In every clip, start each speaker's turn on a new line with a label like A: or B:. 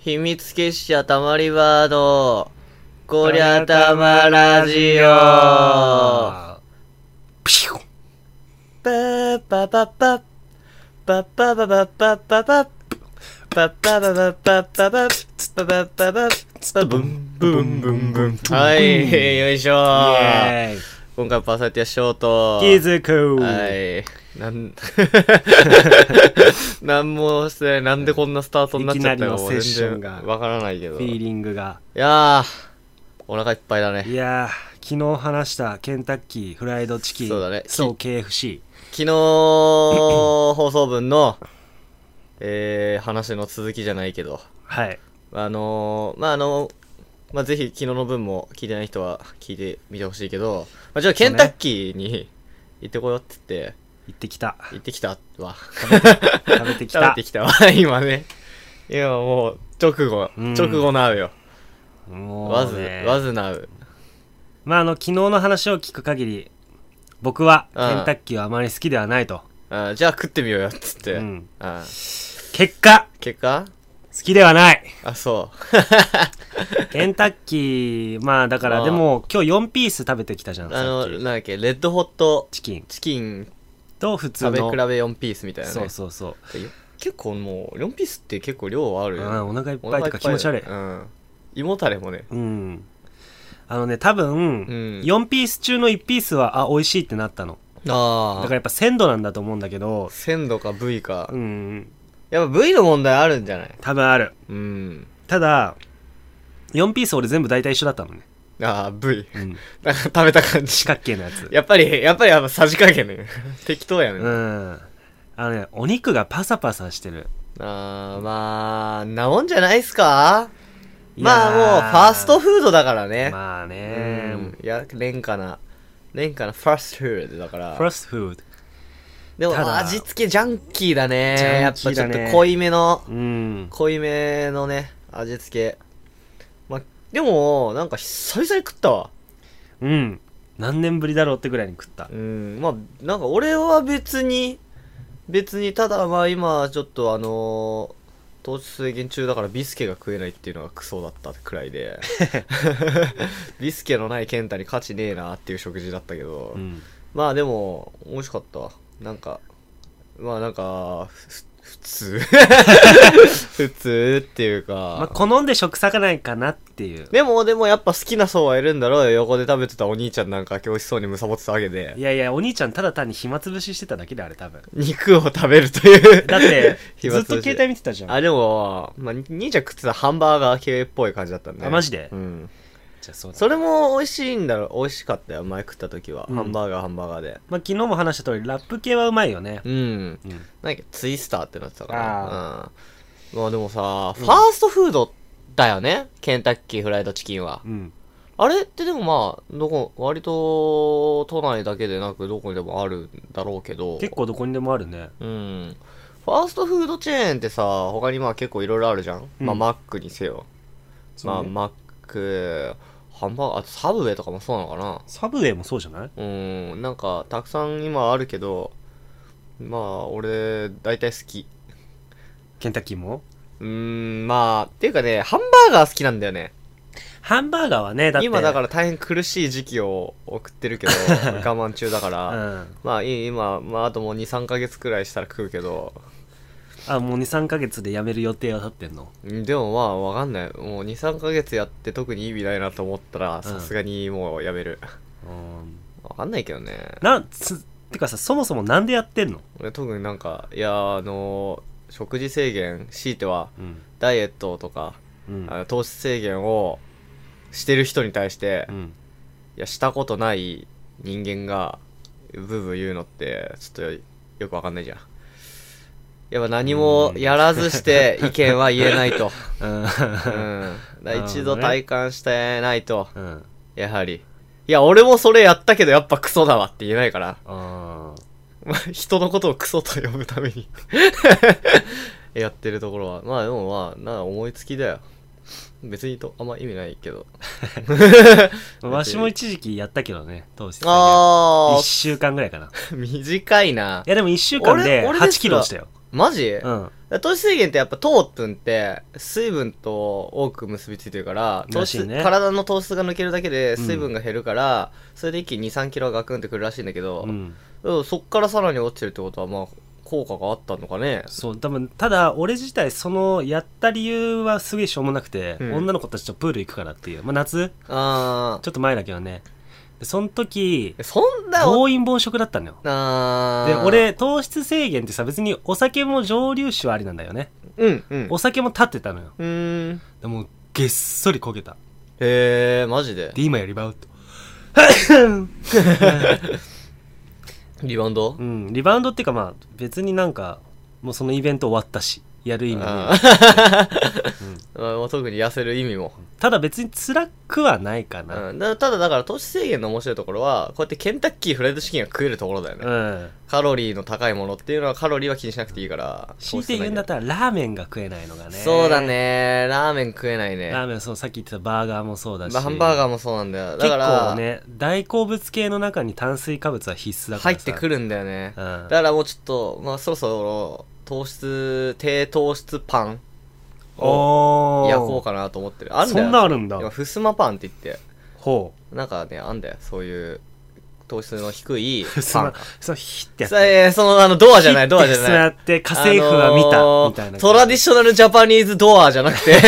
A: 秘密結社たまりバード。こりゃたまラジオ。
B: ピシュッ
A: パッパパパッ。パッパパパパパパッ。パッパパパパパパッ。パパパパパ
B: ブ
A: ブンブ
B: ンブン
A: ン
B: ブ
A: ブ
B: ン
A: ン
B: ブ
A: ブ
B: ン
A: ン。はい、よいしょー。
B: イェーイ
A: 今回パーサティアショート。
B: 気づく
A: はい。なん、なんもしてない、なんでこんなスタートになっちゃった
B: い
A: かも
B: きな
A: う
B: りの
A: 全
B: セッションが
A: 然わからないけど。
B: フィー
A: い
B: リングが
A: やー、お腹いっぱいだね
B: い。やー昨日話したケンタッキーフライドチキン
A: そうだね
B: そう KFC
A: 昨日放送分の、えー、話の続きじゃないけど、
B: はい
A: あのー、まあ、あのまあ、ぜひ昨日の分も聞いてない人は聞いてみてほしいけど、まあ、じゃあケンタッキーに行ってこようって言って、
B: 行ってきた
A: 行ってきたわ。
B: 食べてき
A: 食べ
B: た
A: てきたわ、 今ね。今もう、直後、
B: うん
A: 直後なうよ。
B: も
A: わ
B: う
A: ず、
B: ね
A: わずなう。
B: まああの昨日の話を聞く限り僕はケ
A: うん
B: ンタッキーはあまり好きではないと
A: あじゃあ食ってみようよ、っつって。
B: うん
A: あ
B: 結果
A: 結果
B: 好きで はない
A: あ、そう。
B: ケンタッキーまあだから
A: あ
B: でも今日4ピース食べてきたじゃん
A: あ
B: さ
A: の、
B: っき
A: なんだっけ、レッドホット
B: チキン
A: チキン
B: と普通
A: 食
B: の
A: べ比べ4ピースみたいなね。
B: そうそうそう
A: で結構もう、4ピースって結構量あるよ、
B: うんお腹いっ
A: お
B: ぱ
A: 腹
B: いとか気持ち悪い
A: だようん。胃もたれもね。
B: うんあのね多分、
A: ん
B: 4ピース中の1ピースはあ美味しいってなったのだ
A: あだ
B: から
A: から
B: やっぱ鮮度なんだと思うんだけど
A: 鮮度か部位か。
B: うん
A: やっぱ部位の問題あるんじゃない
B: 多分ある
A: うん。
B: ただ4ピース俺全部大体一緒だったのね、
A: ああ、部位。
B: うん、
A: なんか食べた感じ
B: 四。角形のやつ
A: やっぱり、やっぱりあの、さじ加減ね。 適当やね。
B: うんあのねお肉がパサパサしてる
A: あーまあ、んなもんじゃないっすか
B: いや
A: まあもう、ファーストフードだからね。
B: まあ
A: う
B: ね、
A: ん。いや、廉価な。廉価なファーストフードだから。
B: ファーストフード
A: でも
B: ただ
A: 味付けジャンキーだね。
B: ジャ
A: や
B: ン
A: っ
B: キ
A: ぱ
B: ー
A: ち
B: だ
A: ょっ
B: ね
A: と濃いめの、
B: うん
A: 濃いめのね、味付け。まあ、でも、なんか久々に食ったわ。
B: うん何年ぶりだろうってぐらいに食った
A: うん。まあ、なんか俺は別に、別に、ただまあ今ちょっとあのー糖質制限中だからビスケが食えないっていうのがクソだったくらい で ビスケのない健太に価値ねえなっていう食事だったけど、
B: うん
A: まあでも美味しかったわなんかまあなんかふ普 通普通っていうか、
B: まあ、好んで食さかないかなっていう
A: でもでもやっぱ好きな層はいるんだろうよ横で食べてたお兄ちゃんなんか美味しそうにむさぼってたわけで
B: いやいやお兄ちゃんただ単に暇つぶししてただけであれ多分
A: 肉を食べるという
B: だってずっ
A: 暇つぶし
B: と携帯見てたじゃ ん
A: あでも、まあ、に兄ちゃん食ってたハンバーガー系っぽい感じだったんで
B: あマジで
A: うん
B: じゃあそうだ
A: それも美味しいんだろ美味しかったよ前食った時は、
B: うん
A: ハンバーガーハンバーガーで
B: まあ、昨日も話した通りラップ系はうまいよね
A: うん
B: うん、
A: なんかツイスターってなってたから
B: あ
A: うんまあでもさ、ファーストフードだよねケンタッキーフライドチキンは、
B: うん、
A: あれってでもまあどこ割と都内だけでなくどこにでもあるんだろうけど
B: 結構どこにでもあるね
A: うん。ファーストフードチェーンってさ、他にまあ結構いろいろあるじゃん、
B: うん
A: まあマックにせよ。ま
B: そう
A: あ
B: ね
A: マック、ハンバーガー、あとサブウェイとかもそうなのかな
B: サブウェイもそうじゃない
A: うん、なんかたくさん今あるけど、まあ俺、大体好き。
B: ケンタッキーも
A: うん、まあ、っていうかね、ハンバーガー好きなんだよね。
B: ハンバーガーはねだって
A: 今だからら大変苦しい時期を送ってるけ ど、我慢中だから。
B: うん、
A: まあいい、今、まああともう2、3ヶ月くらいしたら食うけど、
B: あもう23ヶ月で辞める予定は立ってんの
A: うんでもまあわかんないもう23ヶ月やって特に意味ないなと思ったらさすがにもうやめる
B: うん
A: わかんないけどね
B: なんつてかさそもそもなんでやってんの、
A: 俺特になんかいやーあのー食事制限強いては
B: うん
A: ダイエットとか、
B: うん
A: あの糖質制限をしてる人に対して、
B: う
A: い
B: ん、
A: やしたことない人間がブーブー言うのってちょっとよくわかんないじゃんやっぱ何もやらずして意見は言えないと、うん、だから一度体感してないと、
B: うん
A: やはり。いや、俺もそれやったけどやっぱクソだわって言えないから。
B: あ
A: まあ、人のことをクソと呼ぶために やってるところは。まあでもまあ、なんか思いつきだよ。別にとあんま意味ないけど。
B: ーわしも一時期やったけどね当時1
A: あ
B: 週間ぐらいかない
A: ー、短いな。
B: やでも1週間で
A: 俺俺ですら
B: 8キロ落ちたよ
A: マジ、
B: うん。
A: 糖質制限ってやっぱ糖分って水分と多く結びついてるから糖
B: らしい
A: 質、
B: ね
A: 体の糖質が抜けるだけで
B: うん
A: 水分が減るから、それで一気に23キロがガクンってくるらしいんだけど、
B: うん。
A: でもそっからさらに落ちてるってことはまあ効果があったのかね
B: そう、多分、ただ、俺自体、その、やった理由はすげえしょうもなくて、
A: うん
B: 女の子たちとプール行くからっていう。まあ、夏
A: あ
B: ちょっと前だけどね。でその時
A: あ、そんなお
B: 暴飲暴食だったのよ。
A: あ
B: で、
A: ー
B: 俺、糖質制限ってさ、別にお酒も蒸留酒はありなんだよね。
A: うんうん
B: お酒も立ってたのよ。
A: うーん
B: でも、げっそり焦げた。
A: へえマジで
B: で、今やリバウンド。
A: リバウンド
B: うん、リバウンドっていうかまあ、別になんか、もうそのイベント終わったし、やる意味も
A: あ
B: ね。
A: ーもう特に痩せる意味も、
B: ただ別に辛くはないかな。
A: うん、だただだから糖質制限の面白いところはこうやってケンタッキーフライドチキンが食えるところだよね
B: うん。
A: カロリーの高いものっていうのはカロリーは気にしなくていいから
B: 強いて言うんだったらラーメンが食えないのがね。
A: そうだ。ねラーメン食えないね
B: ラーメン、そう、さっき言ってたバーガーもそうだし。
A: まあハンバーガ
B: ー
A: ーもそうなんだよだ
B: 結
A: か
B: 構
A: ら、
B: ね、大好物系の中に炭水化物は必須だか
A: 入
B: ら
A: っ
B: さ。
A: てくるんだよね
B: う
A: だ
B: ん。
A: からもうちょっと、まあ、そろそろ糖質低糖質パンを
B: おー。
A: 焼こうかなと思ってるあんだ
B: そ
A: よ
B: んなあるんだ
A: 今。ふすまパンって言って
B: ほう。
A: なんかねあんだよそういう糖質の低い
B: ふす
A: パン
B: ま、そう、ヒッてやって。
A: さえーそのあのドアじゃないドアじゃ
B: ヒッてそう
A: な
B: や
A: い
B: って家政婦は見
A: あ
B: た、
A: のー
B: みたいな。
A: トラディショナルジャパニーズドアじゃなく て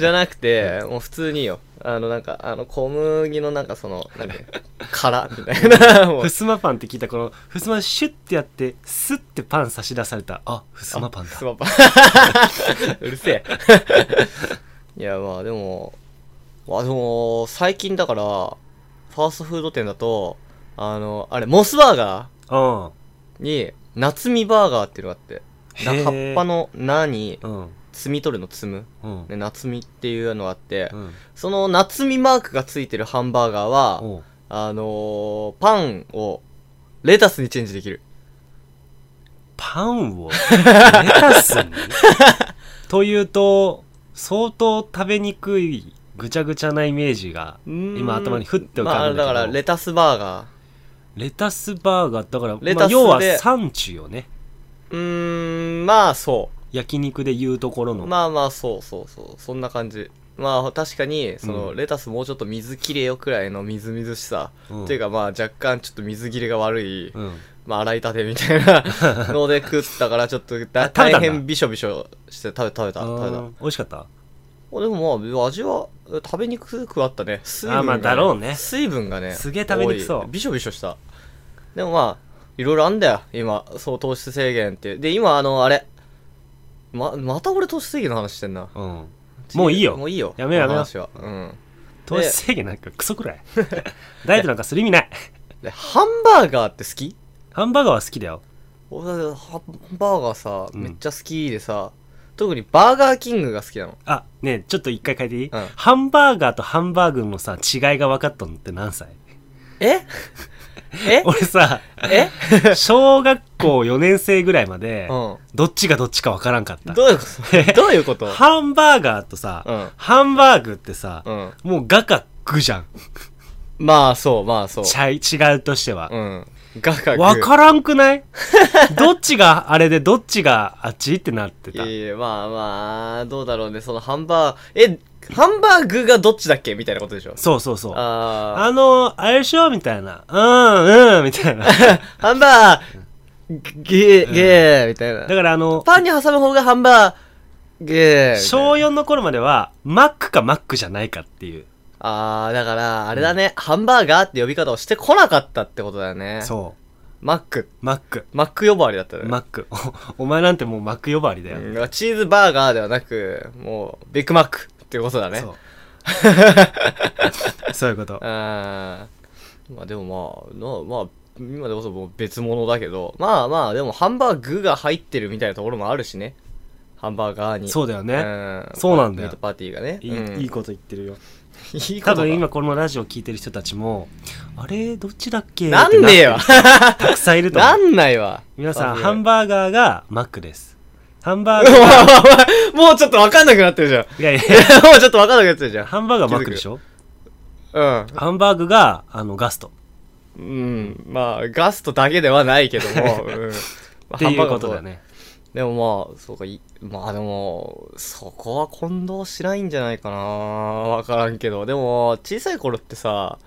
A: じゃなくてもう普通によあのなんかあの小麦のなんかそのなんか殻みたい なもう
B: ふすまパンって聞いたこのふすまシュッてやってスッてパン差し出されたあふすまパンだ
A: スマパン うるせえ いやまあでもまあでも最近だからファーストフード店だとあのあれモスバーガ
B: うん
A: ーに夏見バーガーっていうのがあってな
B: へ
A: 葉
B: え
A: っぱの「な」に
B: うん
A: 摘み取るの摘む
B: うん
A: で夏見っていうのがあって、
B: うん
A: その夏見マークがついてるハンバーガーは、
B: おう
A: あのーパンをレタスにチェンジできる。
B: パン をレタスにというと相当食べにくいぐちゃぐちゃなイメージが今頭にふって浮かんだけど、
A: まあ、だからレタスバーガー。
B: レタスバーガーだから、
A: レ
B: ま
A: タ
B: あ、
A: スで
B: 要は産地よね
A: うーん、まあそ
B: 焼肉で言うところ
A: う。
B: の、
A: まあまあそうそうそう。そんな感じ。まあ確かに、その、
B: うん
A: レタスもうちょっと水切れよくらいのみずみずしさ。
B: うん
A: っていうかまあ若干ちょっと水切れが悪い、
B: うん
A: まあ洗いたてみたいなので食ったからちょっと
B: あ
A: だ
B: 食べたんだ
A: 大変びしょびしょして食べ食べた食べた
B: うん美味しかった
A: あでもまあ味はえ食べにくくはあったね水分が、
B: あまあだろうね
A: 水分がね
B: すげえ食べにくそう
A: 多いびしょびしょしたでもまあいろいろあんだよ今そう糖質制限ってで今あのあれままた俺糖質制限の話してんな
B: うんもういいよ
A: もういいよ
B: やめようやめよう
A: この話はうん
B: 糖質制限なんかクソくらい ダイエットなんかする意味ない
A: でハンバーガーって好き
B: ハンバーガーは好きだよ。
A: 俺ハンバーガーさ
B: うん
A: めっちゃ好きでさ、特にバーガーキングが好きなの
B: あ、ねえ、ちょっと一回変えていい、
A: うん
B: ハンバーガーとハンバーグのさ、違いが分かったのって何歳
A: え え
B: 俺さ、
A: え
B: 小学校4年生ぐらいまで、
A: うん
B: どっちがどっちか分からんかった。
A: どういうことどういう こと
B: ハンバーガーとさ、
A: うん
B: ハンバーグってさ、
A: うん
B: もうガかグじゃん。
A: まあそうまあそう
B: ちゃい違うとしては。
A: うんガクガク
B: 分からんくない どっちがあれでどっちがあっちってなって
A: い
B: た。
A: やいやまあまあどうだろうねそのハンバーえハンバーグがどっちだっけみたいなことでしょ
B: そうそうそう。あ
A: あ
B: の、あれでしょみたいな。うん、うん、みた いな。
A: あハンバーゲーゲーみたい
B: だ
A: な
B: からあの、
A: パンに挟む方がハンバーゲーみたいな
B: 小4の頃までは、マックかマックじゃないかっていう。
A: ああだからあれだねハンバーガーって呼び方をしてこなかったってことだよね
B: そ
A: マック
B: う。マック。
A: マック呼ばわりだったね
B: マック。おお前なんてもうマック呼ばわりだよ。
A: うんチーズバーガーではなくもうビッグマックってことだね
B: そう。そう いうこと。
A: あーまあでもまあ、なまあ、今でこそもう別物だけど、まあまあ、でもハンバーグが入ってるみたいなところもあるしね。ハンバーガーに。
B: そううだよ
A: ね
B: ね。そうなんだよ
A: ミートパーティーがね。
B: いい,、
A: うん
B: いいこと言ってるよ。
A: いいこ
B: 多
A: とだ
B: 分今このラジオ聞いてる人たちも、あれどっちだっけ
A: なんねえよ。
B: ってなたくさんいると思
A: な
B: う。
A: んないわ。
B: 皆さん、ハン
A: バ
B: バーガーがマックです。ハンバーガーが、
A: ー グ。もうちょっとわかんなくなってるじゃん。
B: いやいや、
A: もうちょっとわかんなくなってるじゃん。
B: ハンバーガーマックでしょ
A: うん。
B: ハンバーグが、あの、ガスト。
A: うん。まあ、ガストだけではないけども。うんまあ
B: っていうことだ。
A: ハンバーガー
B: ね。
A: でもまあ、そうか、いまあでも、そこは混同しないんじゃないかなわからんけど。でも、小さい頃ってさ、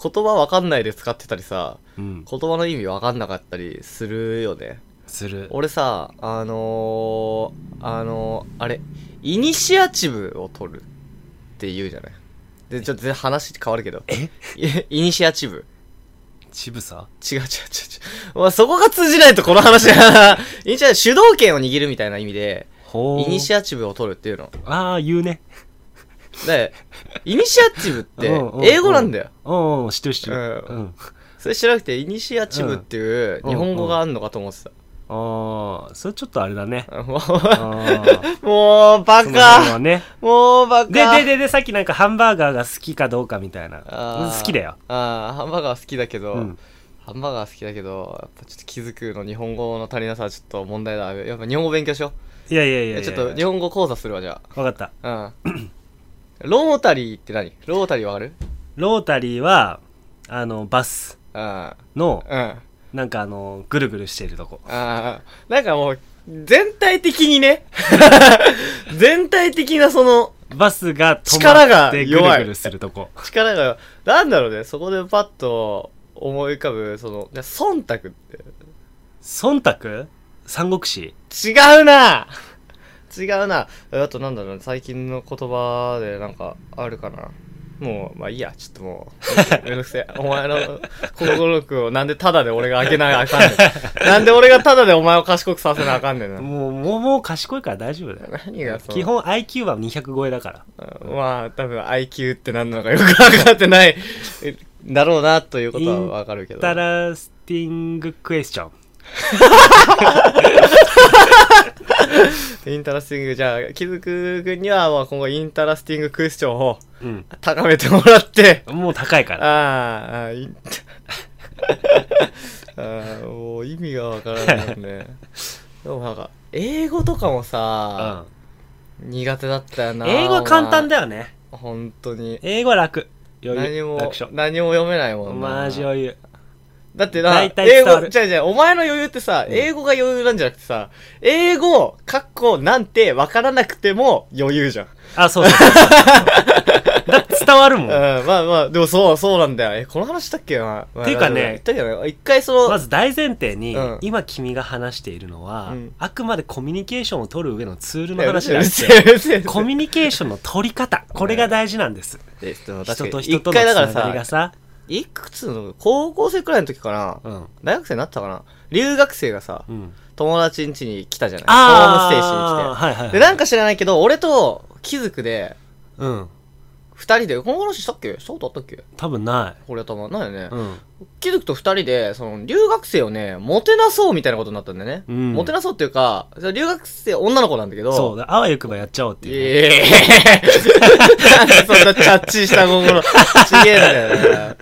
A: 言葉わかんないで使ってたりさ、
B: うん
A: 言葉の意味わかんなかったりするよね。
B: する
A: 俺さ、あのー、あのー、あれ、イニシアチブを取るって言うじゃない。で、ちょっと全然話変わるけど。
B: え
A: いイニシアチブ。
B: ちぶさ
A: 違う違う違う違う。まあ、そこが通じないとこの話が、イニシア主導権を握るみたいな意味で、
B: ほ
A: イニシ
B: ア
A: アチブを取るっていうの。
B: ああ言うね
A: で、 イニシアチブって
B: うんうんうん
A: 英語なんだよ。
B: うんうん知ってる知ってる
A: う
B: うん
A: それ知らなくて、イニシアチブっていう日本語があんのかと思ってた。
B: ああそれちょっとあれだね
A: あ も
B: あー
A: う、もうバ
B: その辺
A: カ
B: はね
A: もうバカ
B: ででででさっきなんかハンバーガーが好きかどうかみたいな
A: あー
B: 好きだよ
A: あーハンバーガー好きだけど、
B: うん
A: ハンバーガー好きだけど、やっぱちょっと気づくの日本語の足りなさはちょっと問題だ。やっぱ日本語勉強しよ。
B: いやいやいうやいや
A: ちょっと日本語講座するわ、じゃ
B: 分かった
A: あ。うん。ロータリーって何ロータリーわかる
B: ロータリーはあのバス
A: うん。うん。
B: の
A: あ
B: なんかあのぐるぐるしてるとこ
A: あ。なんかもう、全体的にね。全体的なその、
B: バスが止
A: 力
B: ま
A: が
B: ってぐる
A: 弱い
B: ぐるするとこ
A: 力が、なんだろうね、そこでパッと思い浮かぶ、その、ね忖度って。
B: 忖度三国志
A: 違うな違うなあとなんだろう最近の言葉でなんかあるかなもう、まあいいや、ちょっともう、めんどくせえ。お前の心力をなんでタダで俺が開けなあかんねん。なんで俺がタダでお前を賢くさせなあかんねんな。
B: もうもうもう賢いから大丈夫だよ
A: 何がその
B: 基本 IQ は200超えだから
A: まあ多分 IQ って何なのかよく分かってないだろうなということは分かるけど。
B: タラスティングクエスチョン
A: インタラスティング、じゃあ、気づく君にはまあ今後インタラスティングクエスチョンを
B: うん
A: 高めてもらって、
B: もう高いから
A: あーあー、い あーもう意味がわからないもん ね。でもなんか、英語とかもさ、苦手だったよな。
B: 英語は簡単だよね
A: 俺。本当に。
B: 英語は楽余
A: 何
B: 裕
A: も
B: 楽勝、
A: 何も読めないもんな。
B: マジ余裕
A: だってな、
B: 大体
A: 英
B: 伝わ
A: 語、
B: る
A: じゃあじゃあお前の余裕ってさ、
B: うん
A: 英語が余裕なんじゃなくてさ、英語、かっこなんてわからなくても余裕じゃん。
B: あそうそうそうだって伝わるも
A: うんん、まあまあ、でもそう、そうなんだよ。え、この話したっけな。
B: っていうかね
A: 言ったけどね、一回その、
B: まず大前提に、
A: うん
B: 今君が話しているのは、
A: うん
B: あくまでコミュニケーションを取る上のツール
A: う
B: の話であ
A: る
B: っ
A: せえ
B: て
A: うるせえうるせえ
B: コミュニケーションの取り方これが大事なんです、
A: えっと、
B: 人
A: 確か
B: と
A: に
B: 人と
A: 一
B: の
A: 回
B: つ
A: だか
B: な
A: ら
B: がりが
A: さ、
B: さ
A: いくつの、高校生くらいの時かな、
B: うん
A: 大学生になったかな、留学生がさ、
B: うん
A: 友達ん家に来たじゃない
B: あ
A: ホームステイし
B: あ
A: に
B: はいはい
A: 来
B: は
A: て。
B: い
A: で、なんか知らないけど、俺と、気づくで、
B: うん
A: 二人で、この話したっけしたことあったっけ
B: 多分な
A: これ頭ないよね
B: い、うん
A: 気づくと二人で、その、留学生をね、もてなそうみたいなことになったんだよね。
B: うん
A: もてなそうっていうか、その留学生女の子なんだけど、
B: そうだあわよくばやっちゃおうって
A: い
B: いうね、
A: えいえいえなんで そんなチャッチーした心、ちげえんだよな。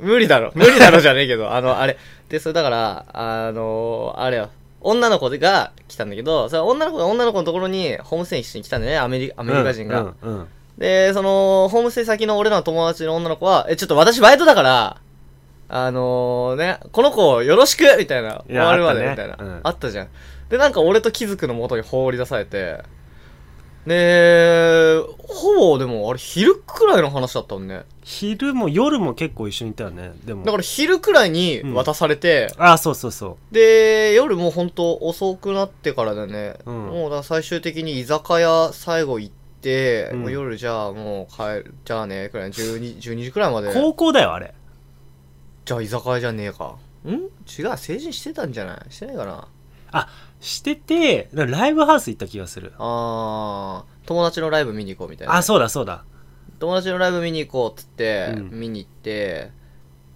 A: 無理だろ。無理だろじゃねえけど、あの、あれ。で、それだから、あの、あれよ。女の子が来たんだけど、それ女の子が女の子のところにホームステイしに来たんだよね、アメリアメリカ人が、
B: うんうんうん
A: で、その、ホームステイ先の俺らの友達の女の子は、え、ちょっと私バイトだから、あのね、この子よろしくみたいな、
B: い
A: 終
B: や
A: わるまで
B: あ
A: み
B: った
A: たい
B: ね
A: な、
B: うん
A: あったじゃん。で、なんか俺と気づくの元に放り出されて、で、ほぼでもあれ昼くらいの話だったもんね。
B: 昼も夜も結構一緒にいたよねでも
A: だから昼くらいに渡されて、
B: ああそうそうそ
A: で、夜もうほんと遅くなってからだね。
B: うん
A: もうだから最終的に居酒屋最後行って、
B: うん
A: もう夜じゃあもう帰る、じゃあね、くらいの12、12時くらいま
B: う
A: で。
B: 高校だよあれ
A: じゃあ居酒屋じゃねえか。ん違う、成人してたんじゃないしてないかな。
B: しててだからライブハウス行った気がする
A: あー、友達のライブ見に行こうみたいな。
B: あそうだそうだ
A: 友達のライブ見に行こうっつって、
B: うん
A: 見に行って、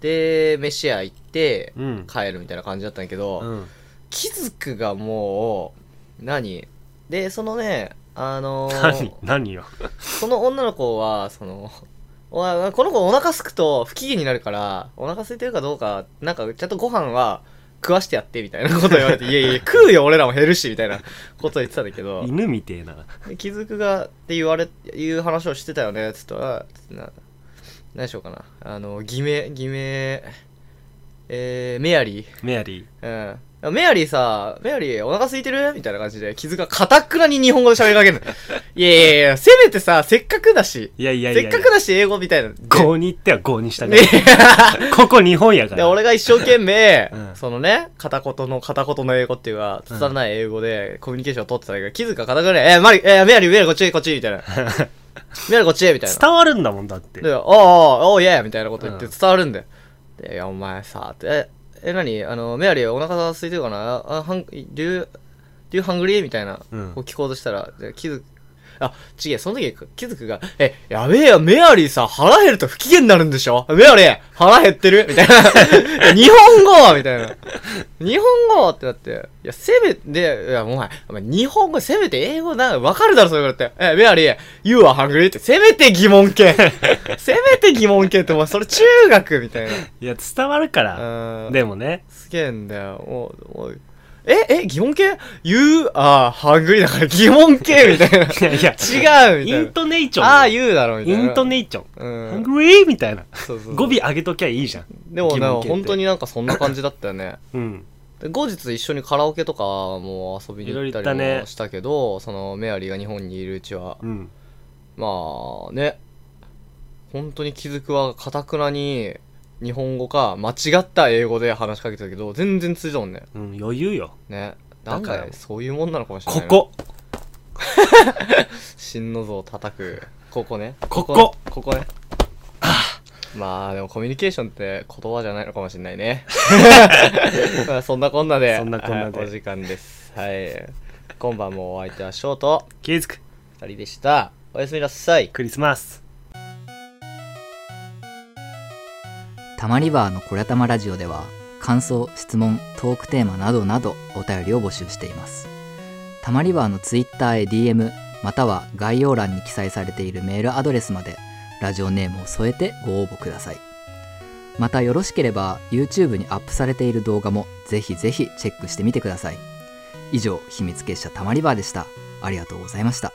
A: で、飯屋行って、
B: うん
A: 帰るみたいな感じだったんやけど、
B: うん
A: 気づくがもう、何で、そのね、あのー
B: 何何よ
A: その女の子は、その、お前この子お腹すくと不機嫌になるから、お腹空いてるかどうか、なんかちゃんとご飯は食わしてやってみたいなこと言われて、いやいや、食うよ俺らも減るし、みたいなこと言ってたんだけど、
B: 犬みてえな
A: で気づくがって言われ、いう話をしてたよね、つったら、つってな何しようかな。あの、偽名、偽名、えー、メアリ
B: メアリー
A: ー。うん。メアリーさ、メアリーお腹空いてるみたいな感じで、傷がかたくなに日本語で喋りかけるの。いやいやいや、せめてさ、せっかくだし、
B: いやいやいや
A: せっかくだし英語みたいな。
B: 5に行っては5にした
A: ね
B: ね。ここ日本やか
A: で、
B: ら。
A: 俺が一生懸命、
B: うん
A: そのね、片言の、片言の英語っていうか、つたない英語でコミュニケーションを取ってたんだけど、気づか片くね、えー、マリ、えー、メアリー、メアリー、こっち、こっち、み たいな。メアリー、こっち、みたいな。
B: 伝わるんだもんだって。
A: で、おーおーおー、イエーみたいなこと言って
B: うん
A: 伝わるんだよ。で、いや、お前さ、って、え、え、何あの、メアリーお腹空いてるかなあ、ハン、do you, do you hungry? みたいな、
B: うん
A: こう聞こうとしたら、で気づく、あ、違え、その時、気づくが、え、やべえよ、メアリーさ、腹減ると不機嫌になるんでしょメアリー、腹減ってるみたいな。 いや日本語みたいな。日本語ってなって、いや、せめて、いや、お前、お前日本語、せめて英語なんかわかるだろ、そういうことって。え、メアリー、you are hungry? って、せめて疑問形。 せめて疑問形って、お前、それ中学みたいな。
B: いや、伝わるから。
A: うん
B: でもね。
A: すげえんだよ。もう、もう、え、え、疑問形 ?you are hungry? だから疑問形みたいな。
B: いやいや、
A: 違うみ
B: イ
A: たい
B: ン
A: な。
B: トネーション。
A: ああ、言うだろ、みた
B: イ
A: いな。
B: ントネーション。
A: うん。
B: hungry みたいな。
A: そうそうそう
B: 語尾上げときゃいいじゃん。
A: でも
B: 疑
A: ね、
B: 問形って
A: 本当になんかそんな感じだったよね。
B: うん。
A: で後日一緒にカラオケとかも遊びに行っ
B: い
A: た
B: ろいろ行っ
A: り
B: た
A: も
B: ね
A: したけどそのメアリーが日本にいるうちは
B: うん。
A: まあね本当に気づくはかたくなに日本語か間違った英語で話しかけてたけど全然通じたもんね
B: うん、余裕よ。
A: ねなん
B: だか
A: からそういうもんなのかもしれない
B: こ
A: な
B: こ。
A: 真の像を叩くここね
B: ここ
A: ここねまあでもコミュニケーションって言葉じゃないのかもしれない ねまあそんなこんなで
B: そんなこんなで
A: はいお時間ですはい今晩もお相手はショート
B: 気づく。
A: 2人でしたおやすみなさい
B: クリスマス。
C: たまリバーのこれたまラジオでは感想質問トークテーマなどなどお便りを募集していますたまリバーのツイッターへ DM または概要欄に記載されているメールアドレスまでラジオネームを添えてご応募くださいまたよろしければ YouTube にアップされている動画もぜひぜひチェックしてみてください以上秘密結社たまリバーでしたありがとうございました